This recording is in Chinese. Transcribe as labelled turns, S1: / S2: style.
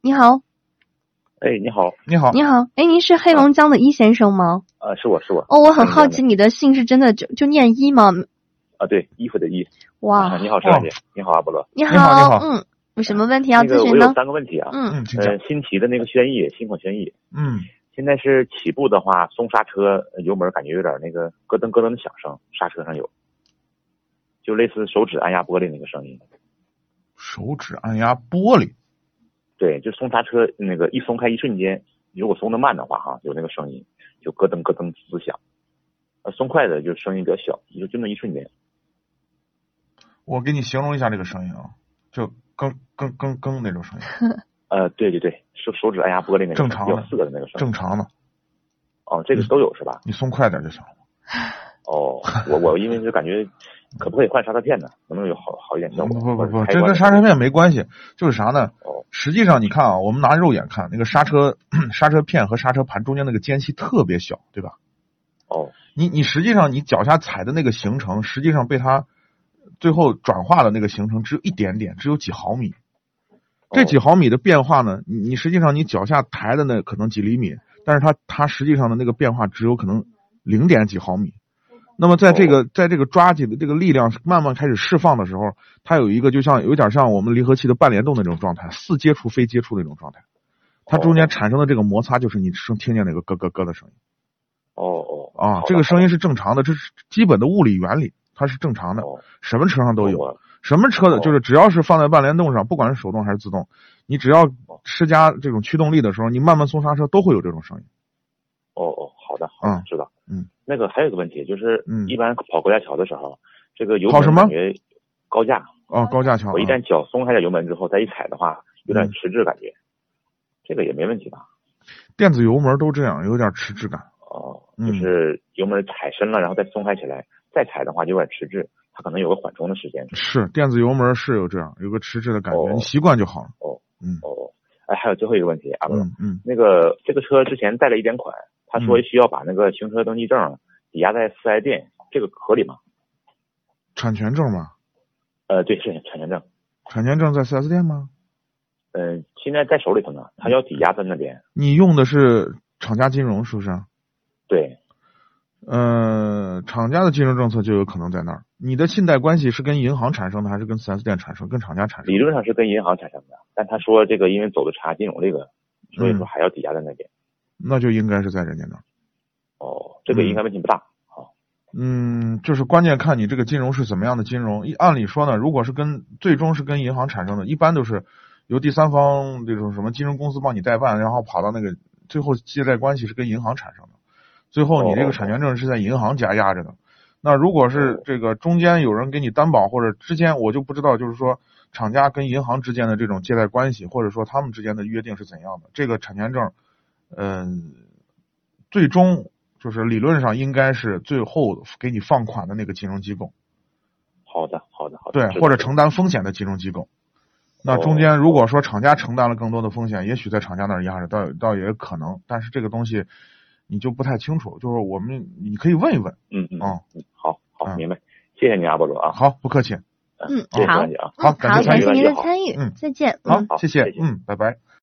S1: 你好，
S2: 哎，你好，
S3: 你好，
S1: 你好，哎，您是黑龙江的一先生吗？
S2: 啊，是我是我。
S1: 哦，我很好奇，你的姓是真的就就念一吗？
S2: 啊，对，衣服的衣。啊
S1: 哇，
S2: 你好，石老姐，你好，阿波罗。
S1: 你
S3: 你好你好
S1: 嗯，有什么问题要
S2: 那个
S1: 咨
S2: 我
S1: 询
S2: 有
S1: 呢？
S2: 三个问题啊。
S1: 嗯，
S3: 嗯，请讲
S2: 呃，，新提的那个轩逸，新款轩逸，
S3: 嗯，
S2: 现在是起步的话，松刹车，呃油门感觉有点那个咯噔咯噔的响声，刹车上有，就类似手指按压玻璃那个声音。
S3: 手指按压玻璃，
S2: 对，就松刹车那个一松开一瞬间，如果松的慢的话哈，有那个声音，就咯噔咯噔滋响。呃，松快的就声音比较小，就就那一瞬间。
S3: 我给你形容一下这个声音啊，就更更更更那种声音，
S2: 呃，对对对，手手指按压玻璃那个
S3: 正常的
S2: 比较刺耳的那个声音。
S3: 正常的，
S2: 哦，这个
S3: 嗯
S2: 都有是吧？
S3: 你松快点就行了。
S2: 哦，我我因为就感觉，可不可以换刹车片呢？能不能有好好一点效
S3: 不
S2: 果？
S3: 不不
S2: 或
S3: 不，
S2: 者开
S3: 这
S2: 关
S3: 跟刹车片没关系，就是啥呢
S2: 哦？
S3: 实际上你看啊，我们拿肉眼看，那个刹车刹车片和刹车盘中间那个间隙特别小，对吧？
S2: 哦
S3: 你你实际上你脚下踩的那个行程，实际上被它最后转化的那个行程只有一点点，只有几毫米。这几
S2: 哦
S3: 毫米的变化呢，你你实际上你脚下抬的那可能几厘米，但是它它实际上的那个变化只有可能零点几毫米。那么在这个在这个抓紧的这个力量慢慢开始释放的时候，它有一个就像有点像我们离合器的半联动的那种状态，似接触非接触的那种状态。它中间产生的这个摩擦，就是你声听见那个咯咯咯的声音
S2: 哦哦
S3: 啊，这个声音是正常的，这是基本的物理原理，它是正常的，
S2: 哦
S3: 什么车上都有。
S2: 有
S3: 什么车的，
S2: 哦
S3: 就是只要是放在半联动上，不管是手动还是自动，你只要施加这种驱动力的时候，你慢慢松刹车都会有这种声音。
S2: 哦哦，好的，好的
S3: 嗯
S2: 知道。
S3: 嗯，
S2: 那个还有一个问题就是，
S3: 嗯
S2: 一般跑高架桥的时候，这个油
S3: 跑什
S2: 门感
S3: 么
S2: 觉高架，
S3: 哦，高架桥啊，
S2: 我一旦脚松开点油门之后，再一踩的话，有点
S3: 嗯
S2: 迟滞感觉，这个也没问题吧？
S3: 电子油门都这样，有点迟滞感。
S2: 哦，
S3: 嗯
S2: 就是油门踩深了，然后再松开起来，再踩的话就有点迟滞，它可能有个缓冲的时间。
S3: 是电子油门是有这样，有个迟滞的感
S2: 哦
S3: 觉，你习惯就好了。
S2: 哦，哎，还有最后一个问题，阿波罗。
S3: 嗯嗯，
S2: 那个这个车之前贷了一点款，他说
S3: 嗯
S2: 需要把那个行车登记证啊抵押在四 S 店，这个合理吗？
S3: 产权证嘛，
S2: 呃，对，是产权证，
S3: 产权证在 4S 店吗？
S2: 嗯、现在在手里头呢，他要抵押在那边，
S3: 你用的是厂家金融是不是？
S2: 对，
S3: 呃，厂家的金融政策就有可能在那儿。你的信贷关系是跟银行产生的，还是跟 4S 店产生，跟厂家产生
S2: 理
S3: 的？
S2: 论上是跟银行产生的，但他说这个因为走的查金融这个，所以说
S3: 嗯
S2: 还要抵押在那边。
S3: 那就应该是在人家那儿。
S2: 哦，这个应该问题不大。
S3: 嗯，就是关键看你这个金融是怎么样的金融。一按理说呢，如果是跟最终是跟银行产生的，一般都是由第三方这种什么金融公司帮你代办，然后跑到那个最后借贷关系是跟银行产生的，最后你这个产权证是在银行家压着的。那如果
S2: 哦
S3: 是这个中间有人给你担保，或者之间我就不知道，就是说厂家跟银行之间的这种借贷关系，或者说他们之间的约定是怎样的，这个产权证，嗯、最终就是理论上应该是最后给你放款的那个金融机构，
S2: 好的，好的，好的。哦
S3: 对，
S2: 知道
S3: 或者承担风险的金融机构。那中间如果说厂家承担了更多的风险，也许在厂家那儿压着，倒倒也可能，但是这个东西你就不太清楚，就是我们你可以问一问。
S2: 嗯嗯
S3: 哦
S2: 嗯，好好，
S3: 嗯
S2: 明白。谢谢你，阿波罗啊，
S3: 好，不客气。
S1: 嗯
S2: 谢谢
S1: 好
S2: 关姐啊。
S3: 好
S1: 嗯
S3: 感
S1: 好，
S3: 谢
S1: 感
S2: 参与
S1: 谢您的
S2: 好
S1: 参与
S3: 嗯，
S1: 再见，
S3: 好
S1: 嗯。，
S2: 好
S3: 谢谢
S2: 谢谢，
S3: 嗯，拜拜。